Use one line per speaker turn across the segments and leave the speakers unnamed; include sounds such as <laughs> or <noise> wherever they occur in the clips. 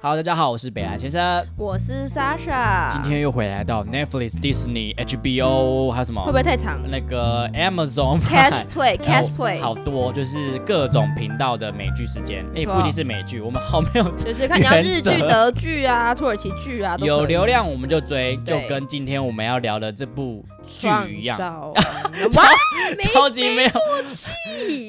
Hello，大家好，我是北兰先生，
我是 Sasha。
今天又回来到 Netflix、Disney、HBO，还有什么？
会不会太长
那个 Amazon <laughs>
？Cash
然
Play、
后
Cash Play，
好多，就是各种频道的美剧时间，哎、
对啊
不一定是美剧，我们好没有
就是看你要日
原
剧、
则
德剧啊、土耳其剧啊，都可以
有流量我们就追，就
对
跟今天我们要聊的这部剧
创
一样，<laughs>
造完
超级没有，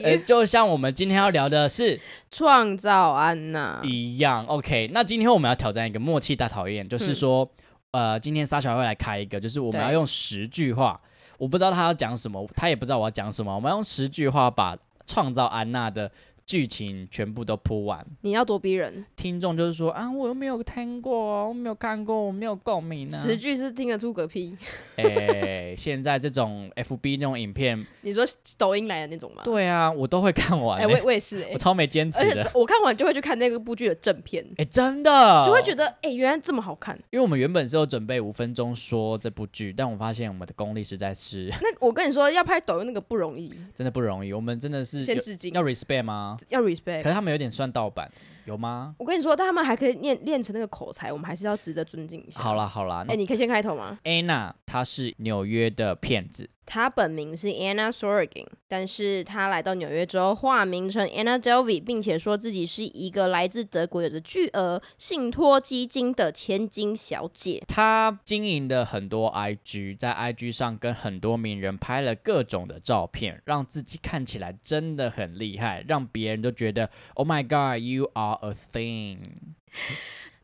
呃，
美
就像我们今天要聊的是
啊创造安娜。
一样。OK，那今天我们要挑战一个默契大考验，
嗯
就是说，呃，今天莎小会来开一个，就是我们
对
要用十句话，我不知道他要讲什么，他也不知道我要讲什么，我们要用十句话把创造安娜的剧情全部都铺完。
你要多逼人，
听众就是说啊，我又没有听过，我没有看过，我没有共鸣呢、啊。
十句是听得出个屁。 <laughs>
哎、现在这种 FB 那种影
<laughs>
片，
你说抖音来的那种吗？
对啊，我都会看完、
哎，
欸
我也我也是哎
我，超没坚持
而
的。
且我看完就会去看那个部剧的正片，
哎、真的
就会觉得哎，原来这么好看。
因为我们原本是有准备五分钟说这部剧，但我发现我们的功力实在是
<laughs> 那我跟你说，要拍抖音那个不容易，
真的不容易，我们真的是
先
有
致敬，
要 respect 吗？
要
可
respect
是。他们有点算盗版，有吗？
我跟你说，但他们还可以练练成那个口才，我们还是要值得尊敬一下。
好啦好啦，
哎、
那
你可以先开头吗？
Anna 她是纽约的骗子，
她本名是 Anna Sorgin，但是她来到纽约之后化名成 Anna Delvey，并且说自己是一个来自德国有着巨额信托基金的千金小姐。
她经营的很多 IG，在 IG 上跟很多名人拍了各种的照片，让自己看起来真的很厉害，让别人都觉得 Oh my God，you are a thing。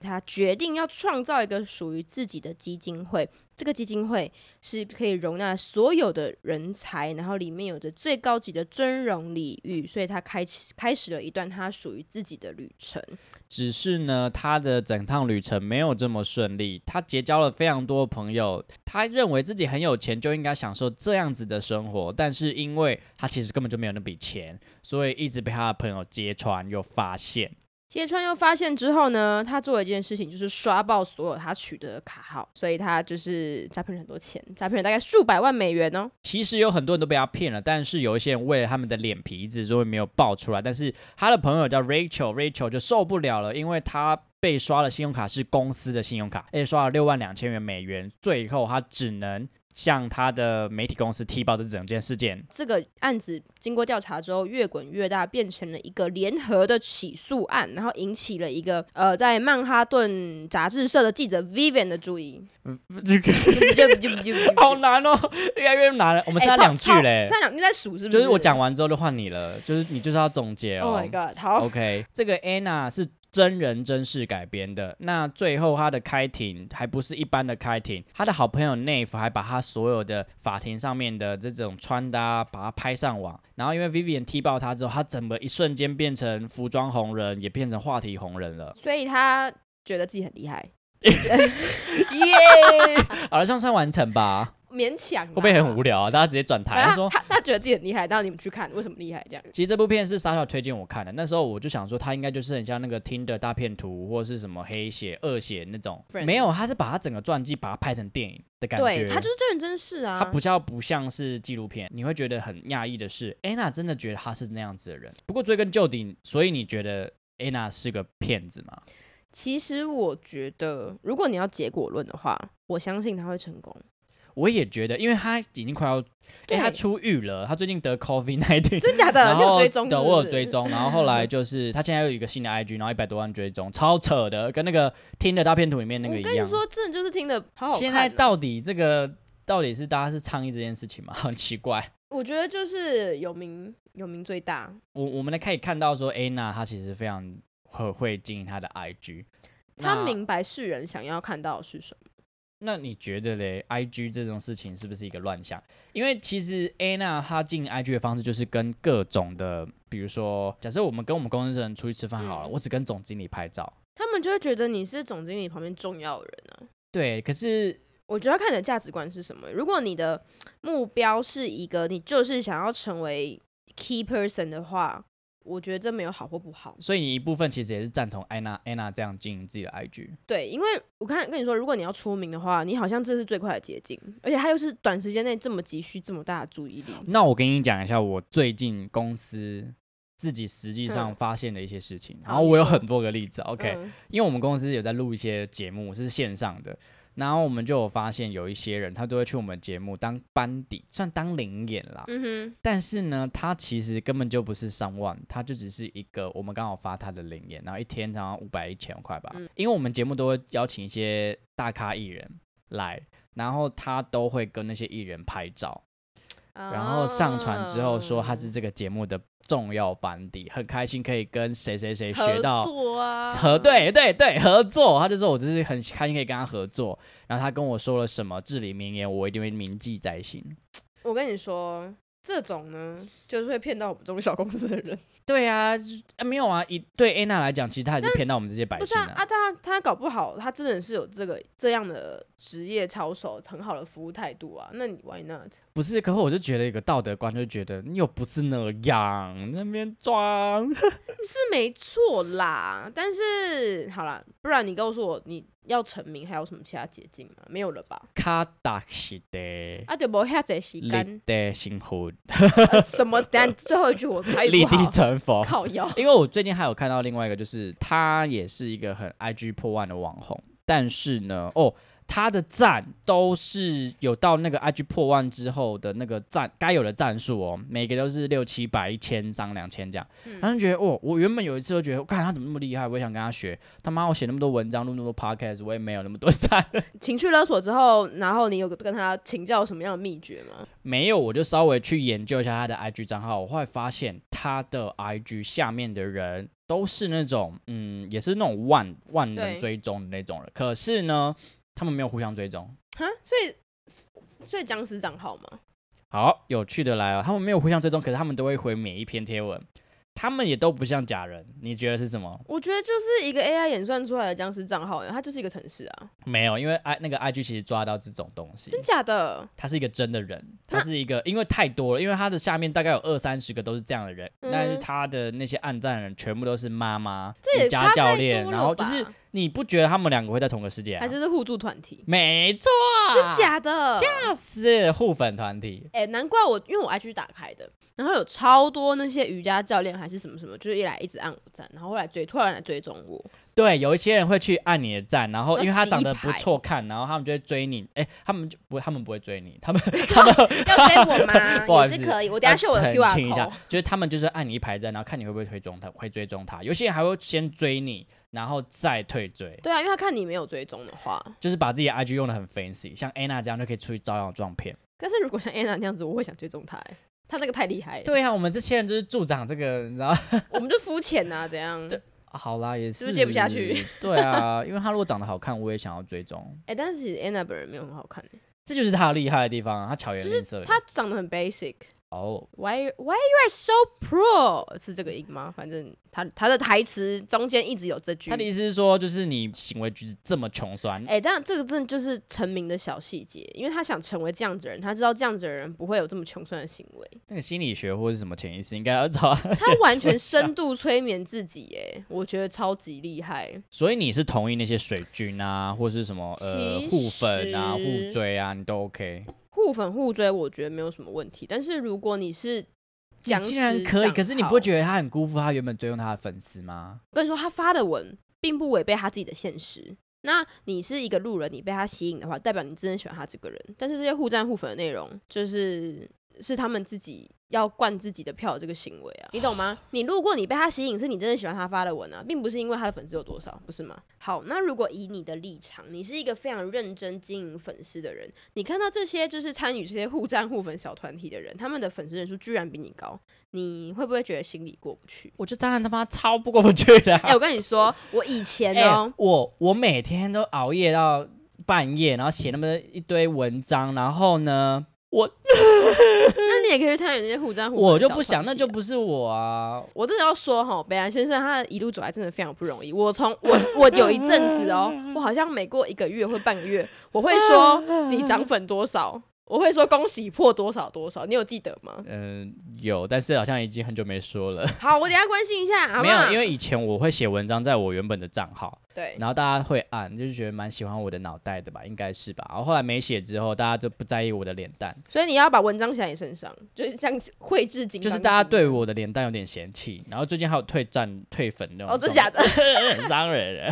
她决定要创造一个属于自己的基金会，这个基金会是可以容纳所有的人才，然后里面有着最高级的尊荣礼遇，所以她开启开始了一段她属于自己的旅程。
只是呢，他的整趟旅程没有这么顺利，他结交了非常多的朋友，他认为自己很有钱就应该享受这样子的生活，但是因为他其实根本就没有那笔钱，所以一直被他的朋友揭穿又发现。
揭穿又发现之后呢，他做了一件事情，就是刷爆所有他取得的卡号，所以他就是诈骗了很多钱，诈骗了大概数百万美元哦。
其实有很多人都被他骗了，但是有一些人为了他们的脸皮子，所以没有爆出来。但是他的朋友叫 Rachel，Rachel 就受不了了，因为他被刷了信用卡是公司的信用卡，而且刷了六万两千元美元，最后他只能向他的媒体公司踢爆这整件事件。
这个案子经过调查之后，越滚越大，变成了一个联合的起诉案，然后引起了一个呃，在曼哈顿杂志社的记者 Vivian 的注意。
嗯 <laughs> 好难哦，越来越难了。
哎
我们差两句嘞，
差两句在数是不是？
就是我讲完之后就换你了，就是你就是要总结
，Oh
哦。
my god，好，。
OK，这个 Anna 是真人真事改编的。那最后她的开庭还不是一般的开庭，她的好朋友 Nave 还把她所有的法庭上面的这种穿搭把它拍上网。然后因为 Vivian 踢爆她之后，她整个一瞬间变成服装红人，也变成话题红人了
所以他觉得自己很厉害，
<laughs> 耶！好了，这样算完成吧？
勉强
会不会很
聊？
无聊啊？大家直接转台，
反
他
正
说
他他他觉得自己很厉害，然后你们去看为什么厉害这样。
其实这部片是傻小推荐我看的，那时候我就想说，它应该就是很像那个 Tinder 大片图，或是什么黑血、恶血那种。
Friends
没有，它是把它整个传记把它拍成电影的感觉。
对，他就是真人真事啊。
它不叫不像是纪录片，你会觉得很讶异的是，安娜真的觉得她是那样子的人。不过追根究底，所以你觉得安娜是个骗子吗？
其实我觉得，如果你要结果论的话，我相信他会成功。
我也觉得，因为她已经快要，哎，
对
她出狱了，她最近得 COVID 1 9
<laughs> 真假的？
然
啊你有
后
追踪是
对，
不
我有
是
追。踪，然后后来就是他现在又有一个新的 IG，然后一百多万追踪，超扯的，跟那个听的大片图里面那
我
个一
跟你
样。
说，真的就是听的 <laughs> 好好看哦。
现在到底这个到底是大家是倡议这件事情吗？ <laughs> 很奇怪。
我觉得就是有名有名最大，
我我们可以看到说，Anna 她其实非常很会经营她的 IG。
他
那
明白世人想要看到的是什么。
那你觉得嘞？IG 这种事情是不是一个乱象？因为其实 Anna 她进 IG 的方式就是跟各种的，比如说，假设我们跟我们公司人出去吃饭好了，
嗯
我只跟总经理拍照。
他们就会觉得你是总经理旁边重要的人啊。
对，可是
我觉得要看你的价值观是什么。如果你的目标是一个，你就是想要成为 key person 的话，我觉得这没有好或不好。
所以你一部分其实也是赞同安娜安娜这样经营自己的 IG。
对，因为我看跟你说，如果你要出名的话，你好像这是最快的捷径，而且它又是短时间内这么急需这么大的注意力。
那我跟你讲一下我最近公司自己实际上
嗯
发现的一些事情，然
好
后
你
我有
说
很多个例子。OK，、
嗯
因为我们公司有在录一些节目是线上的，然后我们就有发现有一些人他都会去我们节目当班底，算当领演啦。
嗯
但是呢，他其实根本就不是上万，他就只是一个我们刚好发他的领演，然后一天好像五百一千块
嗯
吧。因为我们节目都会邀请一些大咖艺人来，然后他都会跟那些艺人拍照，
哼，
然后上传之后说他是
啊
这个节目的重要班底，很开心可以跟谁谁谁学
合
到
作
<laughs>
啊，
合对对对合作，他就说我只是很开心可以跟他合作，然后他跟我说了什么至理名言，我一定会铭记在心。
我跟你说，这种呢，就是会骗到我们这种小公司的人。
对啊，就是啊没有啊，以对 Anna 来讲，其实她也是骗到我们这些百
不是
姓
啊，啊，他他搞不好，他真的是有这个这样的职业操守，很好的服务态度啊。那你 why not？
不是，可是我就觉得有个道德观，就觉得你又不是那样，那边 <laughs> 装。
是没错啦，但是好啦，不然你告诉我，你要成名还有什么其他捷径吗？没有了吧？
卡达西的，
啊，对，无遐侪时
立
间，
得幸福，
呃什么？ <laughs> 等下最后一句我台语
立
哎不好
地，成佛。<laughs>
靠腰。
因为我最近还有看到另外一个，就是他也是一个很 IG 破万的网红，但是呢，哦，他的赞都是有到那个 IG 破万之后的那个赞该有的赞数哦，每个都是六七百、一千张、两千这样。他就觉得哦，我原本有一次都觉得，看他怎么那么厉害，我也想跟他学。他妈，我写那么多文章，录那么多 podcast，我也没有那么多赞。
情绪勒索之后，然后你有跟他请教什么样的秘诀吗？
没有，我就稍微去研究一下他的 IG 账号，我后来发现他的 IG 下面的人都是那种，嗯，也是那种万万人
对
追踪的那种人，可是呢，他们没有互相追踪。
哈，所以所以僵尸账号嘛，
好，有趣的来了，他们没有互相追踪，可是他们都会回每一篇贴文，他们也都不像假人，你觉得是什么？
我觉得就是一个 AI 演算出来的僵尸账号，它就是一个城市啊，
没有，因为 I 那个 IG 其实抓到这种东西，
真假的？
他是一个真的人，
那
他是一个，因为太多了，因为他的下面大概有二三十个都是这样的人，
嗯
但是他的那些暗战人全部都是妈妈、
这也
瑜伽教
差太
练，
多了
然后就是
吧
你不觉得他们两个会在同个世界、啊
还？是是互助团体？
没错，啊
真假的？
吓死互粉团体，
哎、难怪我，因为我 IG 打开的，然后有超多那些瑜伽教练还是什么什么，就是一来一直按我赞，然后后来追突然来追踪我，
对，有一些人会去按你的赞，然后因为他长得不
要洗一
错看，然后他们就会追你，哎、他们就不，他们不会追你，他们
<laughs> 要追我
<laughs> 不好意
吗？也
思
是可以，我等下秀我的
要
QR
澄清一下
code。，
就是他们就是按你一排赞，然后看你会不会追踪他，会追踪他，有些人还会先追你，然后再退追。
对啊，因为他看你没有追踪的话，
就是把自己的 IG 用的很 fancy，像 Anna 这样就可以出去招摇撞骗。
但是如果像 Anna 那样子，我会想追踪他、欸，他那个太厉害了，
对啊，我们这些人就是助长这个，你知道？ <laughs>
我们就肤浅呐，怎样？
对好啦，也
是
是
不是接不下去。
对啊，因为他如果长得好看，我也想要追踪，
哎、但是其实 Anna 本人没有很好看、欸，
这就是他厉害的地方啊，他巧言令色。
她长得很 basic。
哦，
Why Why you are so pro 是这个音吗？反正他他的台词中间一直有这句。
他的意思是说，就是你行为举止这么穷酸，
哎、当然这个真的就是成名的小细节，因为他想成为这样子的人，他知道这样子的人不会有这么穷酸的行
<laughs>
为，
那个心理学或者什么潜意识应该要找。
他完全深度催眠自己，耶，我觉得超级厉害。
<laughs> 所以你是同意那些水军啊，或是什么呃
其实
互粉啊、互追啊，你都 OK。
互粉互追，我觉得没有什么问题，但是如果你是
你
僵尸
竟
账号，
然可以，可是你不会觉得他很辜负他原本追踪他的粉丝吗？
我跟你说，他发的文并不违背他自己的现实。那你是一个路人，你被他吸引的话，代表你真的喜欢他这个人。但是这些互赞互粉的内容，就是是他们自己要灌自己的票的这个行为啊，你懂吗？你路过，你被他吸引，是你真的喜欢他发的文啊，并不是因为他的粉丝有多少，不是吗？好，那如果以你的立场，你是一个非常认真经营粉丝的人，你看到这些就是参与这些互赞互粉小团体的人，他们的粉丝人数居然比你高，你会不会觉得心里过不去？
我就当然他妈超不过不去的、啊
<laughs> 哎、我跟你说，我以前
哎
哦、
我我每天都熬夜到半夜，然后写那么一堆文章，然后呢，我
那你也可以去参与那些互赞互、
我就不想，那就。不是我啊。
啊我真的要说哈，北兰先生他一路走来真的非常不容易。我从我我有一
<laughs>
阵子哦，我好像每过一个月或半个月，我会说你涨粉多少，我会说恭喜破多少多少，你有记得吗？
嗯、有，但是好像已经很久没说了。
好，我等一下关心一下，好
没
不好？
有，因为以前我会写文章在我原本的账号，
对，
然后大家会按，就是觉得蛮喜欢我的脑袋的吧，应该是吧。然后后来没写之后，大家就不在意我的脸蛋，
所以你要把文章写在你身上，就是像绘制金，
就是大家对我的脸蛋有点嫌弃。然后最近还有退战、退粉那种，
哦，真假
的，
的 <laughs>
很伤人。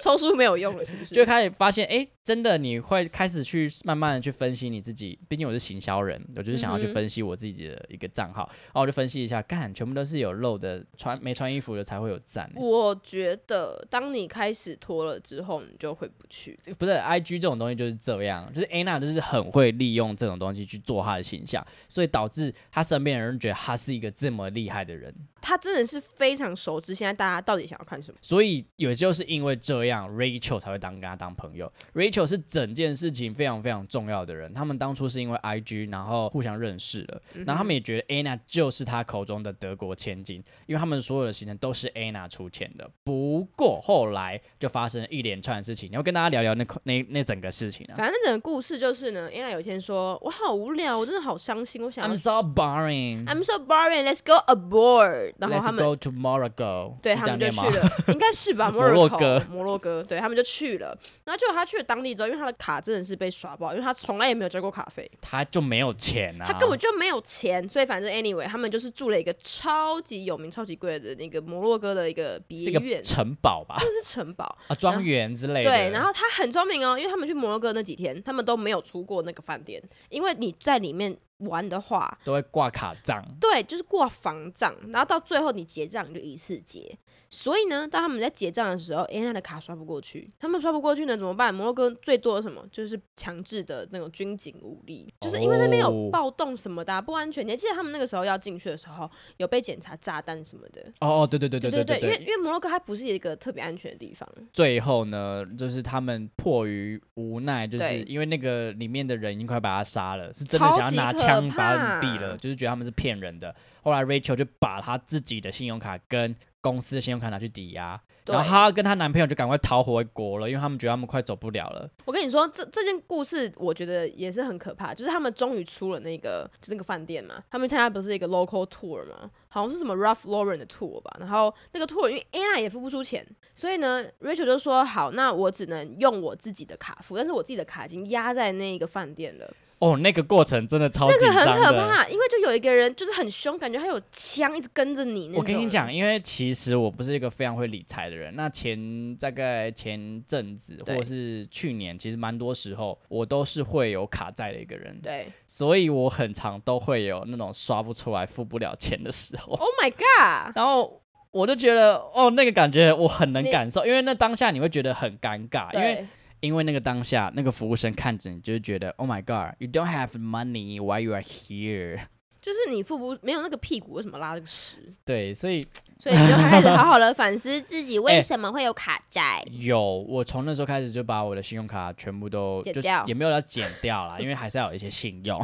抽书没有用了，是不是？
就开始发现，哎、真的你会开始去慢慢的去分析你自己，毕竟我是行销人，我就是想要去
嗯哼
分析我自己的一个账号，然后我就分析一下，干，全部都是有露的，穿没穿衣服的才会有赞、欸
我觉得，当你开始脱了之后，你就回不去。
这个不是 I G 这种东西就是这样，就是 Anna 就是很会利用这种东西去做她的形象，所以导致她身边的人觉得她是一个这么厉害的人。
他真的是非常熟知现在大家到底想要看什么。
所以也就是因为这样，Rachel 才会当跟他当朋友。Rachel 是整件事情非常非常重要的人。他们当初是因为 IG，然后互相认识了，
嗯
然后他们也觉得 Anna 就是他口中的德国千金，因为他们所有的行程都是 Anna 出钱的。不过后来就发生了一连串的事情，你要跟大家聊聊那那那整个事情啊。
反正整个故事就是呢，哎安娜有一天说：“我好无聊，我真的好伤心，我想要
I'm so boring.
I'm so boring, let's go aboard。”然后
Let's
他们
go to Morocco.
对
是
他
这样
们就
念吗
去了， <laughs> 应该是吧？
<laughs>
摩
摩洛
口
哥，
摩洛哥，对他们就去了。然后结果他去了当地之后，因为他的卡真的是被刷爆，因为他从来也没有交过卡费，
他就没有钱啊，
他根本就没有钱，所以反正 anyway，他们就是住了一个超级有名、超级贵的那个摩洛哥的一个别
是一
院
个，城堡吧，
这是城堡。
啊，庄园之类的。
对，然后他很聪明哦，因为他们去摩洛哥那几天，他们都没有出过那个饭店，因为你在里面玩的话，
都会挂卡账。
对，就是挂房账，然后到最后你结账你就一次结。所以呢，当他们在结账的时候，Anna 的卡刷不过去，他们刷不过去呢怎么办？摩洛哥最多的什么就是强制的那种军警武力，就是因为那边有
哦
暴动什么的啊、不安全。你还记得他们那个时候要进去的时候有被检查炸弹什么的？
哦哦，对对对对
对
对
因为因为摩洛哥它不是一个特别安全的地方，
最后呢，就是他们迫于无奈，就是
对
因为那个里面的人已经快把他杀了，是真的想要拿
超
枪
级可
把他
怕
们毙了，就是觉得他们是骗人的。后来 Rachel 就把她自己的信用卡跟公司的信用卡拿去抵押，
对
然后她跟她男朋友就赶快逃回国了，因为他们觉得他们快走不了了。
我跟你说，这这件故事我觉得也是很可怕，就是他们终于出了那个就那个饭店嘛，他们参加不是一个 local tour 嘛，好像是什么 Ralph Lauren 的 tour 吧，然后那个 tour 因为 Anna 也付不出钱，所以呢，Rachel 就说好，那我只能用我自己的卡付，但是我自己的卡已经压在那个饭店了，
哦，那个过程真的超
那
紧
个很
张
可
的。
怕，因为就有一个人就是很凶，感觉他有枪一直跟着你那种。
我跟你讲，，因为其实我不是一个非常会理财的人。那前大概前阵子或
对
者是去年，其实蛮多时候我都是会有卡债的一个人，
对
所以我很常都会有那种刷不出来、付不了钱的时候。 <laughs>
，Oh my god，
然后我就觉得，哦，那个感觉我很能
你
感受，因为那当下你会觉得很尴尬，因为
对
因为那个当下那个服务生看着你，就是觉得，Oh my God，you don't have money why you are here。 <laughs>
就是你付不没有那个屁股，为什么拉这个屎？
对，所以
所以你就开始好好的反思自己
哎
为什么会有卡债。
有，我从那时候开始就把我的信用卡全部都
剪
就是
掉
也没有要减掉啦，因为还是要有一些信用，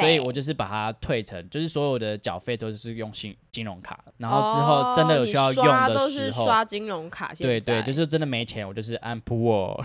<laughs> 所以我就是把它退成，就是所有的缴费都是用信金融卡，然后之后真的有需要用
哦你刷
的
都
时
是
候，
刷金融卡现
对
在，<laughs>
对，就是是真的没钱，我就是按 poor，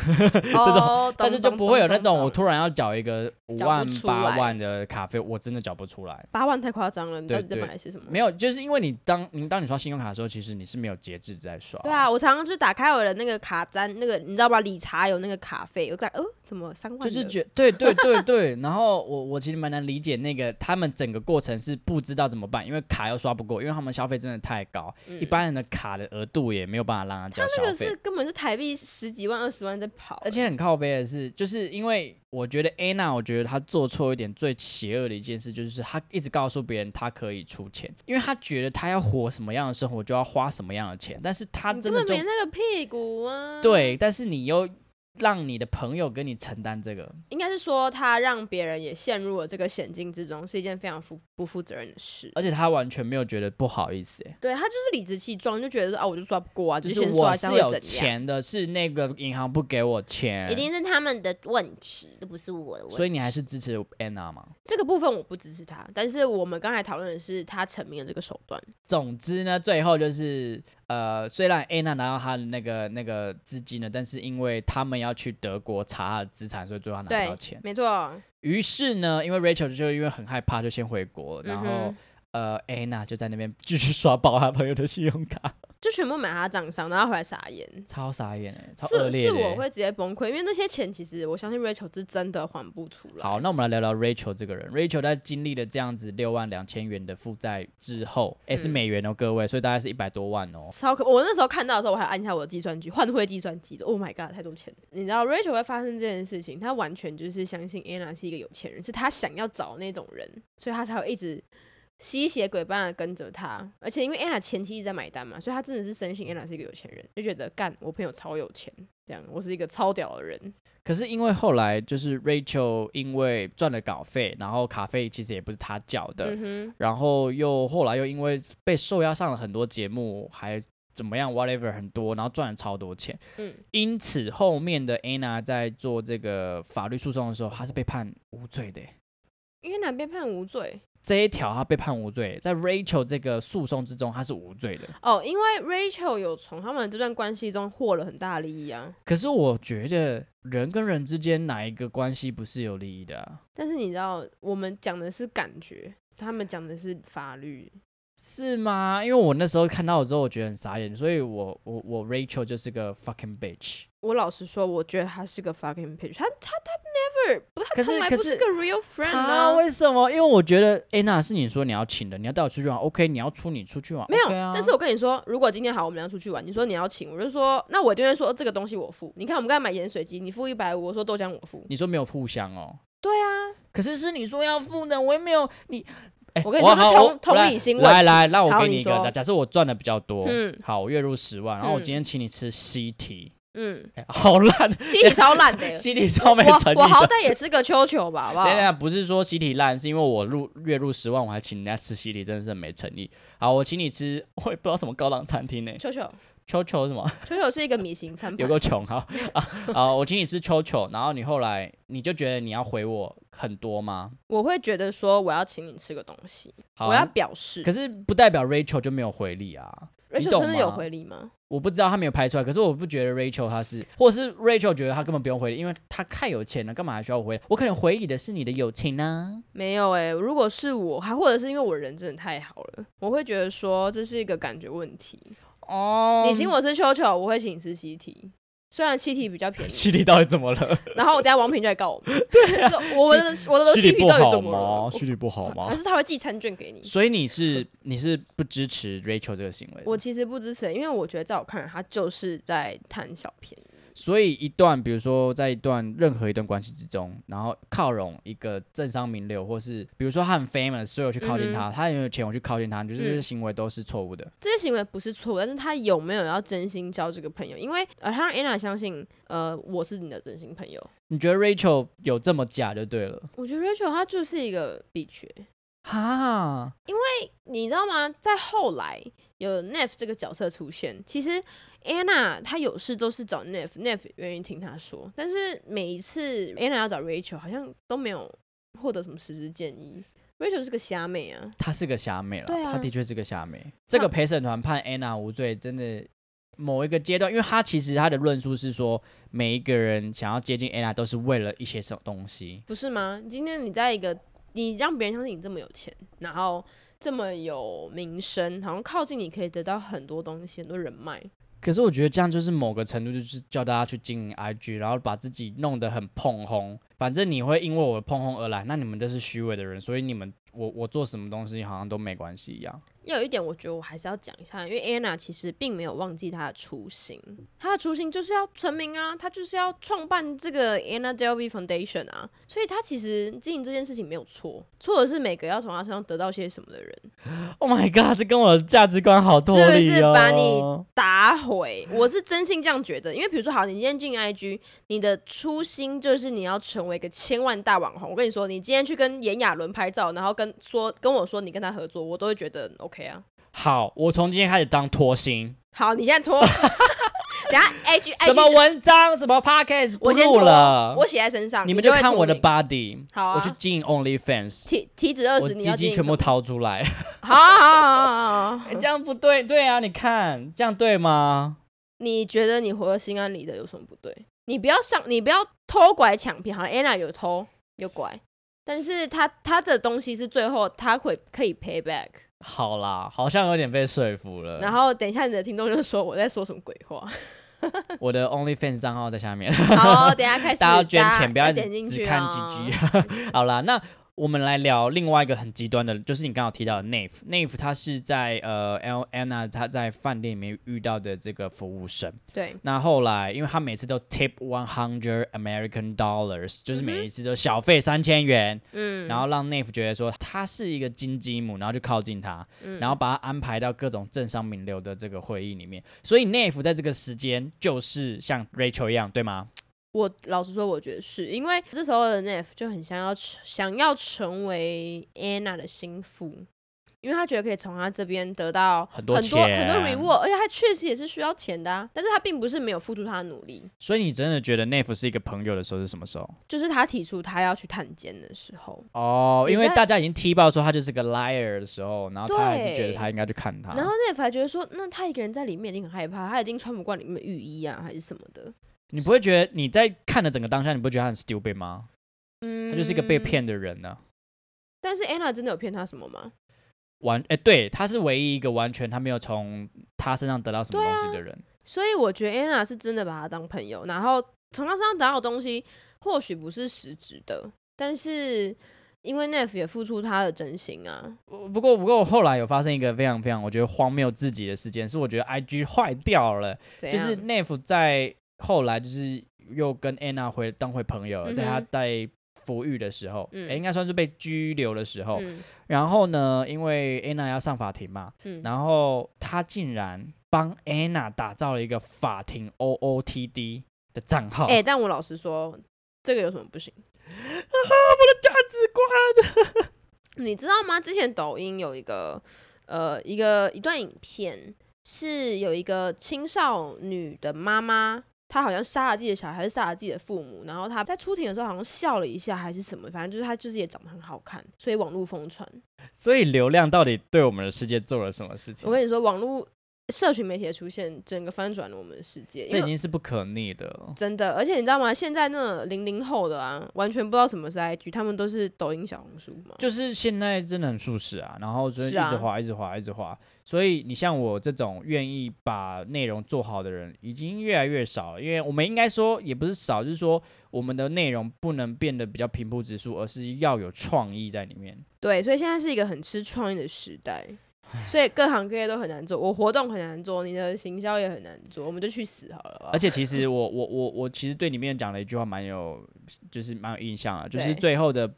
<laughs>
哦，
但是就
懂
不会有那
懂
种我
懂懂
突然要缴一个五
缴不
万
出
八
来
万的卡费，我真的缴不出来。
八万太夸张了，你到底在
对对
买的是什么？
没有，就是因为你当你当你刷信用卡的时候，其实你是没有节制在刷。
对啊，我常常就打开我的那个卡单，那个你知道吧？理查有那个卡费，我感哦，怎么三万的？
就是觉对对对对，然后我我其实蛮难理解那个他们整个过程是不知道怎么办，因为卡又刷不过，因为他们消费真的太高，一般人的卡的额度也没有办法让他交
这
消
嗯个
费
是。根本是台币十几万、二十万在跑，欸
而且很靠背的是，就是因为我觉得 Anna，我觉得她做错一点最邪恶的一件事，就是她一直告诉别人她可以出钱，因为她觉得她要活什么样的生活就要花什么样的钱，但是她
你
真
根
的
本
就
没那个屁股啊。，
对，但是你又让你的朋友跟你承担这个，
应该是说他让别人也陷入了这个险境之中，是一件非常负不负责任的事。
而且她完全没有觉得不好意思、欸，
对他就是理直气壮，就觉得说啊，我就刷不过啊，
就
就是先刷
我
一下
是
会
有
怎样？
钱的，是那个银行不给我钱，
一定是他们的问题，都不是我的问题。
所以你还是支持 Anna 吗？
这个部分我不支持他，但是我们刚才讨论的是他成名的这个手段。
总之呢，最后就是呃，虽然 Anna 拿到她的那个那个资金了，但是因为他们要去德国查她的资产，所以最后她拿不到
对
钱，。
没错，
于是呢，因为 Rachel 就因为很害怕，就先回国，然后、
嗯哼
呃，Anna 就在那边继续刷爆她朋友的信用卡，
就全部买他账上，然后回来傻眼。
超傻眼哎、超恶
是
劣
是
的、欸。
我会直接崩溃，因为那些钱其实我相信 Rachel 是真的还不出来。
好，那我们来聊聊 Rachel 这个人。Rachel 在经历了这样子六万两千元的负债之后，哎、是
嗯
美元哦，各位，所以大概是一百多万哦。
超可！我那时候看到的时候，我还按一下我的计算机换汇计算机的。Oh my god，太多钱了！你知道 Rachel 会发生这件事情，她完全就是相信 Anna 是一个有钱人，是她想要找那种人，所以她才会一直吸血鬼般的跟着她。而且因为 Anna 前期一直在买单嘛，所以她真的是深信 Anna 是一个有钱人，就觉得干我朋友超有钱，这样我是一个超屌的人。
可是因为后来就是 Rachel 因为赚了稿费，然后卡费其实也不是她缴的，
嗯
然后又后来又因为被受邀上了很多节目，还怎么样 whatever 很多，然后赚了超多钱。
哼，嗯，
因此后面的 Anna 在做这个法律诉讼的时候，她是被判无罪的耶。
因为南边判无罪
这一条她被判无罪，在 Rachel 这个诉讼之中，她是无罪的。
哦，因为 Rachel 有从他们这段关系中获了很大的利益啊。
可是我觉得人跟人之间哪一个关系不是有利益的啊、
但是你知道，我们讲的是感觉，他们讲的是法律。
是吗？因为我那时候看到的时候，我觉得很傻眼，所以我我我 Rachel 就是个 fucking bitch。
我老实说，我觉得他是个 fucking bitch，他他他 never 不，他
可是
从来
可
不是
是
个 real friend
啊？
啊。
为什么？因为我觉得 Anna 是你说你要请的，你要带我出去玩，OK？你要出你出去玩，
没有
OK 啊、
但是我跟你说，如果今天好，我们俩出去玩，你说你要请，我就说那我一定会说这个东西我付。你看我们刚才买盐水鸡，你付一百五，我说豆浆我付。
你说没有互相哦，
对啊，
可是是你说要付的，我又没有你。哎
我跟你说这
好
同
我
同
来
理心问
来
题
来，让我
好
给
你
你一
说
个。假设我赚的比较多，
嗯
好，我月入十万，然后我
嗯
今天请你吃西提， <laughs>
嗯，
哎好烂，。
心里超烂的
西提超没诚
我
意
我好
的。啊
歹也是个秋秋吧，
<laughs>
好不好？
等一下，不是说西体烂，是因为我入月入十万，我还请人家吃西体，真的是很没诚意。好，我请你吃，我也不知道什么高档餐厅呢、
秋秋，
秋秋什么？ <laughs>
秋秋是一个米型餐
有
盘。
个穷
<laughs>
哈啊好，我请你吃秋秋，然后你后来你就觉得你要回我很多吗？
我会觉得说我要请你吃个东西，
好，啊
我要表示
可。是不代表 Rachel 就没有回礼啊。你
Rachel
懂
真的有
吗
回礼吗？
我不知道他没有拍出来，可是我不觉得 Rachel 他是，或是 Rachel 觉得他根本不用回礼，因为他太有钱了，干嘛还需要我回礼？我可能回礼的是你的友情呢、
没有诶、如果是我，还或者是因为我人真的太好了，我会觉得说这是一个感觉问题。
哦
你请我吃秋秋，我会请你吃西提，虽然 <laughs> 西提比较便宜。
西体到底怎么了？
然后我等下王平就来告我 <laughs> 们，说我的我的西提到底怎么了？我
体不好
<laughs> 还？是他会寄餐券给你？
所以你是你是不支持 Rachel 这个行为的？
我其实不支持，因为我觉得在我看来，他就是在贪小便宜。
所以一段，比如说在一段任何一段关系之中，然后靠拢一个政商名流，或是比如说他很 famous，所以我去靠近他，他很有钱，我去靠近他，就是这些
嗯
行为都是错误的。
这些行为不是错，但是他有没有要真心交这个朋友？因为呃，他让 Anna 相信，呃，我是你的真心朋友。
你觉得 Rachel 有这么假就对了？
我觉得 Rachel 她就是一个 b i
哈，
你知道吗？在后来有 Neff 这个角色出现，其实 Anna 她有事都是找 Neff，Neff 愿意听她说，但是每一次 Anna 要找 Rachel，好像都没有获得什么实质建议。Rachel 是个虾妹啊，
她是个虾妹了，
对啊
她的确是个虾妹。这个陪审团判 Anna 无罪，真的某一个阶段，因为她其实她的论述是说，每一个人想要接近 Anna 都是为了一些什么东西。
不是吗？今天你在一个你让别人相信你这么有钱，然后这么有名声，好像靠近你可以得到很多东西，很多人脉。
可是我觉得这样就是某个程度，就是叫大家去经营 IG，然后把自己弄得很碰轰。反正你会因为我的碰轰而来，那你们都是虚伪的人，所以你们我我做什么东西好像都没关系一样。
要有一点，我觉得我还是要讲一下，因为 Anna 其实并没有忘记她的初心，她的初心就是要成名啊，她就是要创办这个 Anna Delvey Foundation 啊，所以她其实经营这件事情没有错，错的是每个要从她身上得到些什么的人
Oh my god，这跟我的价值观好脱
是不
离
是
哦。
把你打毁，我是真心这样觉得，因为比如说好，你今天进 IG，你的初心就是你要成为一个千万大网红，我跟你说，你今天去跟炎亚纶拍照，然后跟说跟我说你跟他合作，我都会觉得 OK 啊。
好，我从今天开始当拖星，
好，你现在脱。 <laughs> 等一下 A G
什
A G，
么文章什么 podcast 不
哎我先
录
脱，
了，
我写在身上，
你们
就
就
会
看我的
脱敏
body，、
好啊
我去经营 OnlyFans，
体体脂二
我
十，你要
鸡鸡
进
全部掏出来。
<laughs> 好好好好好好。
<laughs> 哎、这样不对，对啊，你看这样对吗？
你觉得你活得心安理得有什么不对？你不要上，你不要偷拐抢骗。好了，Anna 有偷有拐，但是他他的东西是最后他会可以 pay back，、
好啦，好像有点被说服了。
然后等一下你的听众就说我在说什么鬼
<laughs>
话。
我的 OnlyFans 账号在下面，
好，等一下开
<laughs>
始
大家要捐钱，不
要
只
点进去
只看
哦
GG。好 <laughs> 啦，那我们来聊另外一个很极端的，就是你刚刚有提到的 Nave。Nave 他是在呃 L Anna 他在饭店里面遇到的这个服务生。
对，
那后来，因为他每次都 tip one hundred American dollars，就是每一次都小费三千元，
嗯，
然后让 Nave 觉得说他是一个金鸡母，然后就靠近他，
嗯
然后把他安排到各种政商名流的这个会议里面。所以 Nave 在这个时间就是像 Rachel 一样，对吗？
我老实说，我觉得是因为这时候的 Neff 就很想要成想要成为 Anna 的心腹，因为他觉得可以从他这边得到
很多
很多很多
钱
reward，而且他确实也是需要钱的、啊，但是他并不是没有付出他的努力，
所以你真的觉得 Nave 是一个朋友的时候是什么时候？
就是他提出他要去探监的时候，
哦，
你
因为
在
大家已经踢爆说他就是个 liar 的时候，然后他还是觉
对
得他应该去看他。
然后 Neff 还觉得说，那他一个人在里面已经很害怕，他已经穿不惯里面的浴衣啊，还是什么的，
你不会觉得你在看的整个当下，你不会觉得他很 stupid 吗？
嗯，
他就是一个被。骗的人呢、啊
但是 Anna 真的有骗他什么吗？
完，哎、对，他是唯一一个完全他没有从他身上得到什么
对啊
东西的人。
所以我觉得 Anna 是真的把他当朋友，然后从他身上得到的东西或许不是实质的，但是因为 Neff 也付出他的真心啊，
我不过，不过我后来有发生一个非常非常我觉得荒谬至极的事件，是我觉得 I G <laughs> 坏掉了，
怎
就是 Nef 在后来就是又跟 Anna 回当回朋友了，在他
嗯哼
在服狱的时候，
嗯
诶应该算是被拘留的时候，
嗯
然后呢，因为 Anna 要上法庭嘛，
嗯，
然后他竟然帮 Anna 打造了一个法庭 O O T D 的账号，
哎、但我老实说，这个有什么不行？
<laughs> 价值观。
你知道吗？之前抖音有一个呃一个一段影片，是有一个青少女的妈妈，她好像杀了自己的小孩，还是杀了自己的父母，然后她在出庭的时候好像笑了一下，还是什么，反正就是她就是也长得很好看，所以网络疯传。
所以流量到底对我们的世界做了什么事情
我？跟你说，网络社群媒体的出现，整个翻转了我们的世界。
这
因
已
为
经是不可逆的了。
真的，而且你知道吗？现在那种零零后的啊，完全不知道什么是 IG，他们都是抖音、小红书嘛。
就是现在真的很舒适啊，然后所以一
是啊
直滑，一直滑，一直滑。所以你像我这种愿意把内容做好的人，已经越来越少了。因为我们应该说也不是少，就是说我们的内容不能变得比较平铺直述，而是要有创意在里面。
对，所以现在是一个很吃创意的时代，所以各行各业都很难做。我活动很难做，你的行销也很难做，我们就去死好了吧。
而且其实我我我我其实对里面讲了一句话蛮有，就是蛮有印象啊，就是
对
最后的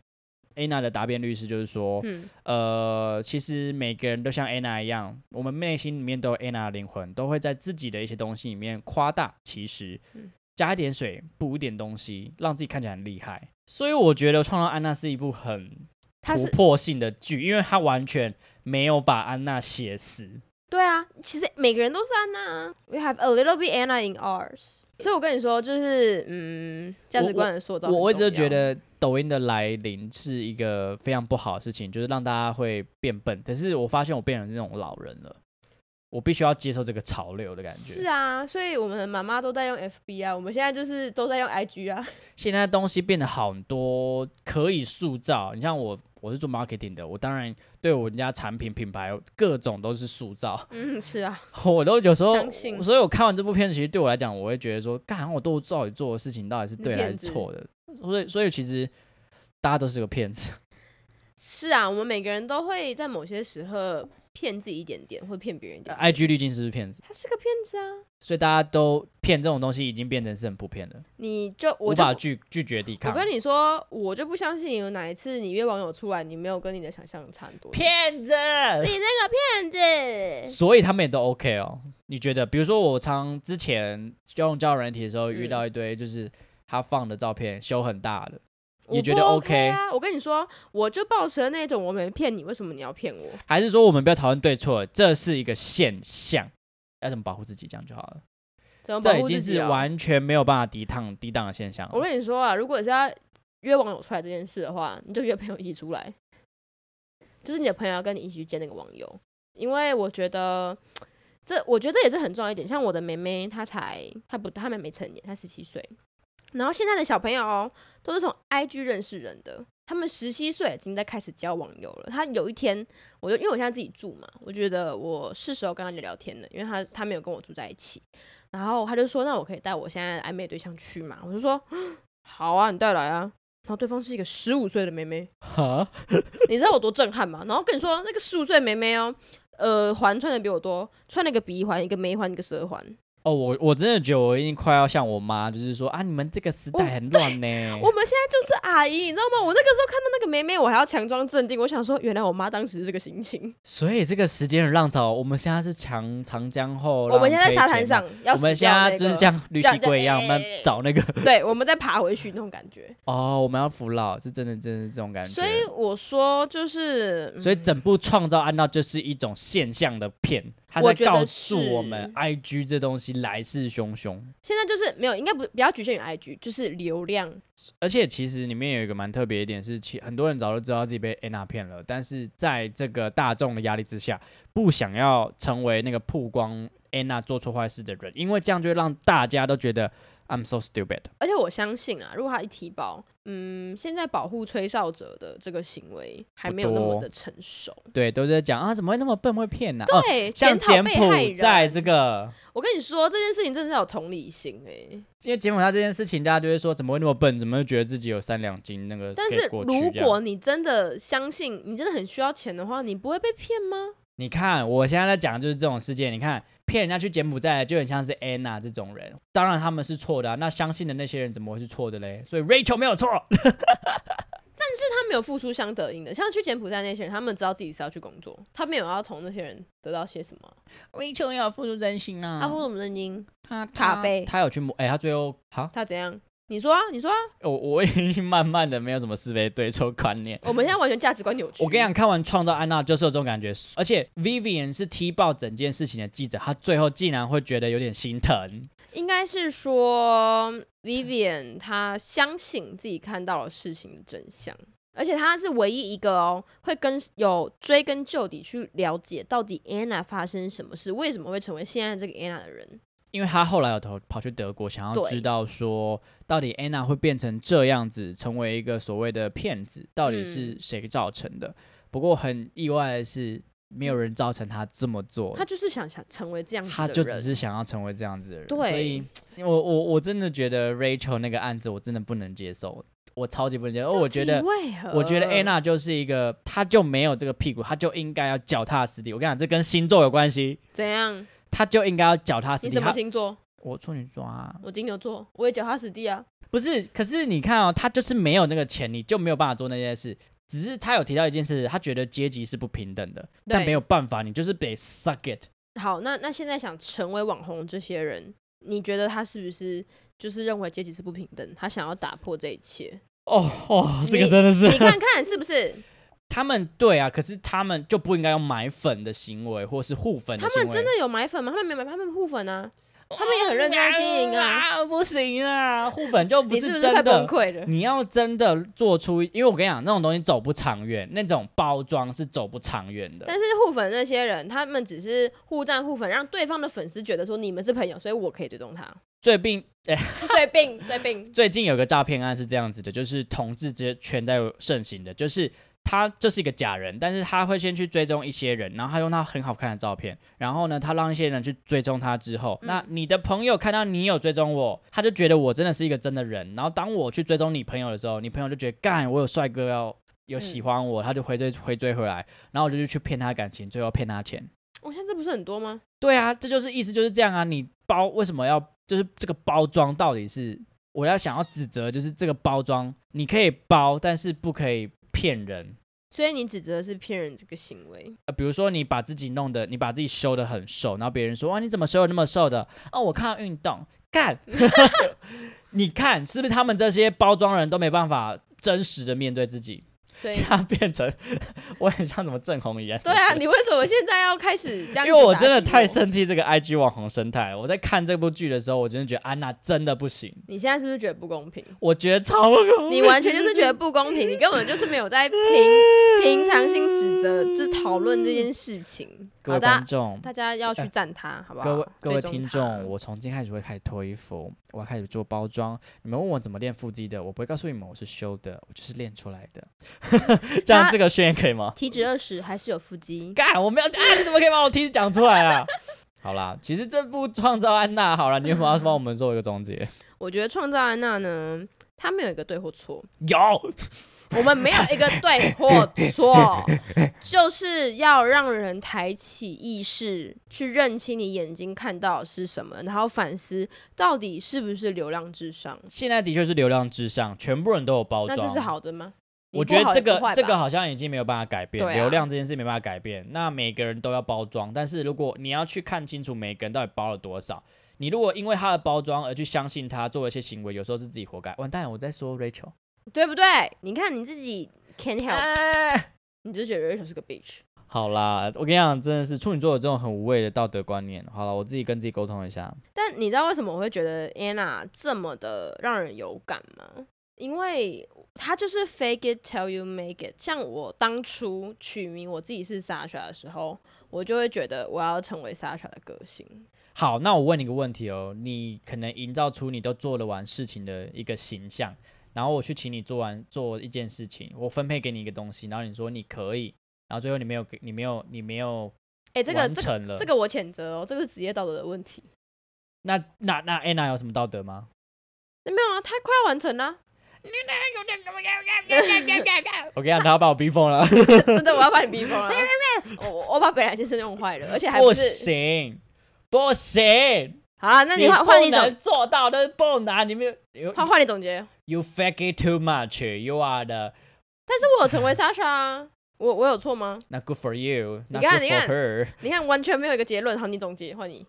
Anna 的答辩律师就是说，
嗯，
呃，其实每个人都像 Anna 一样，我们内心里面都有 Anna 的灵魂，都会在自己的一些东西里面夸大，其实
嗯
加一点水，补一点东西，让自己看起来很厉害。所以我觉得《创造安娜》是一部很
他
突
是
破性的剧，因为它完全没有把安娜写死。
对啊，其实每个人都是安娜啊。We have a little bit Anna in ours。所以我跟你说，就是嗯，价值
我
观的塑造
我我一直都
都
觉得抖音的来临是一个非常不好的事情，就是让大家会变笨。可是我发现我变成这种老人了，我必须要接受这个潮流的感觉。
是啊，所以我们的妈妈都在用 FB 啊，我们现在就是都在用 IG 啊。
现在东西变得好多，可以塑造。你像我，我是做 marketing 的，我当然对我们家产品品牌各种都是塑造。
<laughs>
<laughs>
嗯，是啊，
我都有时候
相信，
所以我看完这部片，其实对我来讲，我会觉得说，干，我都到底做的事情到底是对还是
骗子
错的？所以，所以其实大家都是个骗子。
是啊，我们每个人都会在某些时候骗自己一点点，或骗别人一点点。
IG 滤镜是不是骗子？
他是个骗子啊！
所以大家都骗这种东西，已经变成是很普遍的，
你就我
无
就
法拒拒绝抵
我
抗。
跟你说，我就不相信有哪一次你约网友出来，你没有跟你的想象差很多。
骗子，
你那个骗子，
所以他们也都 OK 哦。你觉得，比如说我常之前用交友软体的时候，
嗯
遇到一堆就是他放的照片修很大的，
我
你觉
不
得
OK 啊？我跟你说，我就抱持了那种我没骗你，为什么你要骗我？
还是说我们不要讨论对错，这是一个现象，要怎么保护自己，这样就好了。
怎么保
这已
护自
经
己、
是
哦？
完全没有办法抵抗抵挡的现象了。
我
<laughs>
跟你说啊，如果是要约网友出来这件事的话，你就约朋友一起出来，就是你的朋友要跟你一起去见那个网友，因为我觉得这，我觉得这也是很重要一点。像我的妹妹，她才她不，她还没成年，她十七岁，然后现在的小朋友哦都是从 IG 认识人的，他们十七岁已经在开始交网友了。他有一天，我就因为我现在自己住嘛，我觉得我是时候跟他聊聊天了，因为他他没有跟我住在一起。然后他就说：“那我可以带我现在的暧昧对象去嘛？”我就说：“好啊，你带来啊。”然后对方是一个十五岁的妹妹，
哈，
你知道我多震撼吗？然后跟你说，那个十五岁的妹妹哦，呃，环穿的比我多，穿了一个鼻环、一个眉环、一个舌环。
哦，我我真的觉得我已经快要像我妈，就是说啊，你们这个时代很乱呢、
<laughs> 我们现在就是阿姨，你知道吗？我那个时候看到那个妹妹，我还要强装镇定，我想说，原来我妈当时是这个心情。
所以这个时间的浪潮，我们现在是长长江后浪
我们现在在
推
沙
前
滩
浪
上，要
我们
死
现
掉
在
那
就是
个
像绿
这
气
样这样
龟一样，我们
哎
找那个
对，我们再爬回去那种感觉。
哦，我们要服老，是真的，真的是这种感觉。
所以我说，就是，嗯
所以整部《创造安娜》就是一种现象的片，它在
我觉得
告诉我们
是
IG 这东西来势汹汹。
现在就是没有，应该不不要局限于 IG，就是流量。
而且其实里面有一个蛮特别一点是，其很多人早就知道自己被 Anna 骗了，但是在这个大众的压力之下，不想要成为那个曝光 Anna 做错坏事的人，因为这样就会让大家都觉得 I'm so stupid。
而且我相信啊，如果他一提保，嗯，现在保护吹哨者的这个行为还没有那
不
么
多
的成熟。
对，都在讲啊，怎么会那么笨，会骗呢、哦
对，
像
检讨
柬
被害
埔寨
人。
这个，
我跟你说，这件事情真的要有同理心哎、
因为柬埔寨这件事情，大家就会说怎么会那么笨，怎么会觉得自己有三两斤那个
但
可以
是
过去
如
这样
果你真的相信，你真的很需要钱的话，你不会被骗吗？
你看我现在在讲的就是这种事件，你看骗人家去柬埔寨就很像是 Anna 这种人，当然他们是错的、啊，那相信的那些人怎么会是错的嘞？
<laughs>
所以 Rachel 没有错，
他没有付出相对应的，像去柬埔寨那些人，他们知道自己是要去工作，他没有要从那些人得到些什么。
Rachel 要付出真心啊
他付什么认金？
他
咖啡
他有去摸，哎、他最后好，
他怎样？你说啊，你说啊，
我我已经慢慢的没有什么是非对错观念。
<laughs> 我们现在完全价值观扭曲。
我跟你讲，，看完《创造安娜》就是有这种感觉，而且 Vivian 是踢爆整件事情的记者，他最后竟然会觉得有点心疼。
应该是说 Vivian 她相信自己看到了事情的真相，而且她是唯一一个哦，会跟有追根究底去了解到底 Anna 发生什么事，为什么会成为现在这个 Anna 的人。
因为他后来有投跑去德国，想要
对
知道说到底 Anna 会变成这样子，成为一个所谓的骗子，到底
嗯
是谁造成的？不过很意外的是，没有人造成他这么做
她，就是想想成为这样子的
他
人，啊
就只是想要成为这样子的人。
对
所以我我我真的觉得 Rachel 那个案子我真的不能接受，我超级不能接受，我觉得
到底为何？
我觉得安娜就是一个，她就没有这个屁股，她就应该要脚踏实地。我跟你讲，这跟星座有关系，
怎样？
她就应该要脚踏实
你
地。
什么
她
星座？
我处女座啊，
我金牛座，我也脚踏实地啊。
不是，可是你看哦，她就是没有那个钱，你就没有办法做那些事。只是她有提到一件事，她觉得阶级是不平等的，但
对
没有办法，你就是得 suck it。
好，那那现在想成为网红这些人，你觉得他是不是就是认为阶级是不平等？他想要打破这一切？
哦哦，这个
你
真的是
你看看是
<laughs>
不是？
他们对啊，可是他们就不应该用买粉的行为，或是互粉的
他
行为。
们真的有买粉吗？他们没买，他们互粉啊。他们也很认真在经营啊
啊，不行啊，互粉就不
你
是
是不
真
是快
的。嗯
崩溃了？
你要真的做出，因为我跟你讲，那种东西走不长远，那种包装是走不长远的。
但是互粉那些人，他们只是互赞互粉，让对方的粉丝觉得说你们是朋友，所以我可以追
<laughs>
踪他。
最近，哎、
最病最病，
最近有个诈骗案是这样子的，就是同志之圈在盛行的，就是他就是一个假人，但是他会先去追踪一些人，然后他用他很好看的照片，然后呢，他让一些人去追踪他之后，
嗯
那你的朋友看到你有追踪我，他就觉得我真的是一个真的人，然后当我去追踪你朋友的时候，你朋友就觉得干，我有帅哥要。有喜欢我，他就回追回追回来，然后我就去骗他感情，最后骗他钱。
我、现在这不是很多吗？
对啊，这就是意思就是这样啊。你包为什么要就是这个包装到底是我要想要指责，就是这个包装你可以包，但是不可以骗人。
所以你指责的是骗人这个行为，
呃，比如说你把自己弄得，你把自己修得很瘦，然后别人说哇你怎么修得那么瘦的？哦，我看到运动
<laughs>
干，你看是不是他们这些包装人都没办法真实的面对自己？<laughs>
所以
现在变成我很像什么郑红一样。
对啊，你为什么现在要开始这样？
因为我真的太。生气这个 IG 网红生态了。我在看这部剧的时候，我真的觉得安娜真的不行，
你现在是不是觉得不公平？
我觉得超不公
你
平。
完全就是觉得不公平，你根本就是没
<laughs>
有在平平常心指责，就是讨论这件事情。
各
好，啊
位
大
观
家
众，
大家要去赞他，好不啊好？
各位各位
追踪
听
他
众，，我从今天开始会开始脱衣服，我要开始做包装。你们问我怎么练腹肌的，我不会告诉你们我是修的，我就是练出来
<laughs>
的。这样
他
这个宣言可以吗？ <laughs>
体脂二十还是有腹肌，
干，我没有啊！你怎么可以把我题讲出来啊？ <laughs> 好啦，其实这部《创造安娜》好了，你有没有要帮我们做一个总结？ <laughs>
我觉得创造安娜呢，她没有一个对或错，
有，
我们没有一个对或
<laughs>
错，就是要让人抬起意识，去认清你眼睛看到的是什么，然后反思到底是不是流量至上。
现在的确是流量至上，全部人都有包
那
装。
这是好的吗？
我
你
觉
不
得
好
这
也不
个
坏
这
吧
个好像已经没有办法改变，
对啊
流量这件事没办法改变。那每个人都要包装，但是如果你要去看清楚每个人到底包了多少，你如果因为他的包装而去相信他做了一些行为，有时候是自己活该。完蛋了，我在说 Rachel，
对不对？你看 <laughs> 你自己 can help，、你就觉得 Rachel 是个 bitch。
好啦，我跟你讲，真的是处女座有这种很无谓的道德观念。哦好了，我自己跟自己沟通一下。
但你知道为什么我会觉得 Anna 这么的让人有感吗？因为她就是 fake it till you make it。像我当初取名我自己是 Sasha 的时候，我就会觉得我要成为 Sasha 的个性。
好，那我问你一个问题哦，你可能营造出你都做了完事情的一个形象，然后我去请你做完做一件事情，我分配给你一个东西，然后你说你可以，然后最后你没有给，你没有，你没有
哎、这个
完
这个
成了，
这个我谴责哦，这是职业道德的问题。
那那那 Anna 有什么道德吗？
没有啊，她快要完成了，
我跟你讲，他要把我逼疯了，
真的我要把你逼疯了。我我我把北兰先生弄坏了，而且 <laughs> 还
不
不是。
行不行，
好啦，那你换
不
换一
能
种，
做到的不难，你没有 you
换换你总结。
you fake it too much, you are the
但是我有成为 Sasha 啊，我我有错吗？
not good for you,
你
not
看
good
你
for
看
her。
你看完全没有一个结论，好，你总结，换你。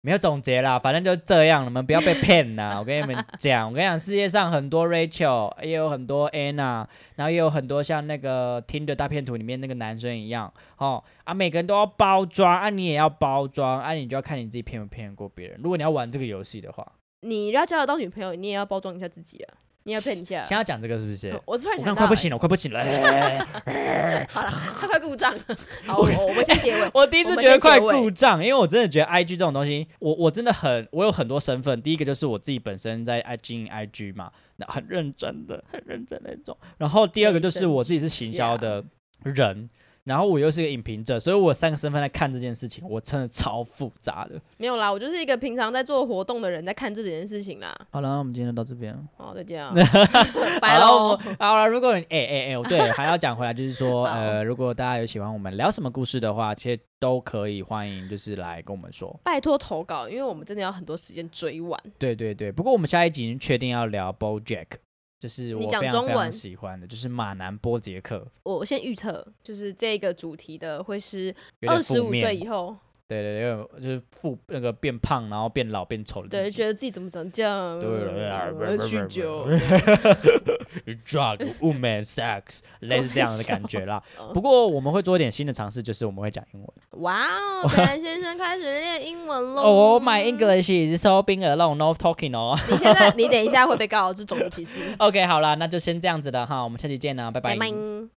没有总结啦，反正就这样，你们不要被骗啦。 <laughs> 我跟你们讲，我跟你讲，世界上很多 Rachel，也有很多 Anna，然后也有很多像那个 Tinder 大片图里面那个男生一样，哦啊，每个人都要包装，啊，你也要包装，啊，你就要看你自己骗不骗得过别人。如果你要玩这个游戏的话，
你要交得到女朋友，你也要包装一下自己啊，你也要骗一下啊。
先要讲这个是不是？
我突然
我
想
看
到，
快不行了，我快不行
<laughs>
了，。
哎好了，他快故障了。好，我我我们先结尾
我第一次觉得快故障，因为我真的觉得 I G 这种东西，我我真的很，我有很多身份。第一个就是我自己本身在 I 经营 I G 嘛，那很认真的，很认真的那种。然后第二个就是我自己是行销的人，然后我又是个影评者，所以我有三个身份在看这件事情，我真的超复杂的。
没有啦，我就是一个平常在做活动的人，在看这件事情啦。
好了，那我们今天就到这边。
好，
<laughs>
再见啊，拜
好了，我
喽。
们好了，如果你哎哎哎，对，还要讲回来，就是说，
<laughs> 好
呃，如果大家有喜欢我们聊什么故事的话，其实都可以欢迎，就是来跟我们说。
拜托投稿，因为我们真的要很多时间追完。
对对对，不过我们下一集已经确定要聊 BoJack，就是
你
我
讲
非常
中
非常
文
喜欢的，就是马南波杰克，
我先预测，就是这个主题的会是
有
二
点
十
负
五岁
面
以，后，
对对对，有就是负那个变胖，然后变老变丑的
对，
自己
觉，得自己怎么长这样，
对对对
我要酗酒。
<laughs> drug woman
<laughs>
sex 类似这样的感觉啦。
嗯
不过我们会做一点新的尝试，就是我们会讲英文。
哇哦，北兰先生开始练英
<laughs>
文喽。
Oh my English is so being alone, no <laughs> talking 哦。
你现在你等一下会被告是种族歧视。
OK，好啦，那就先这样子了哈，我们下期见啊啦，
拜拜。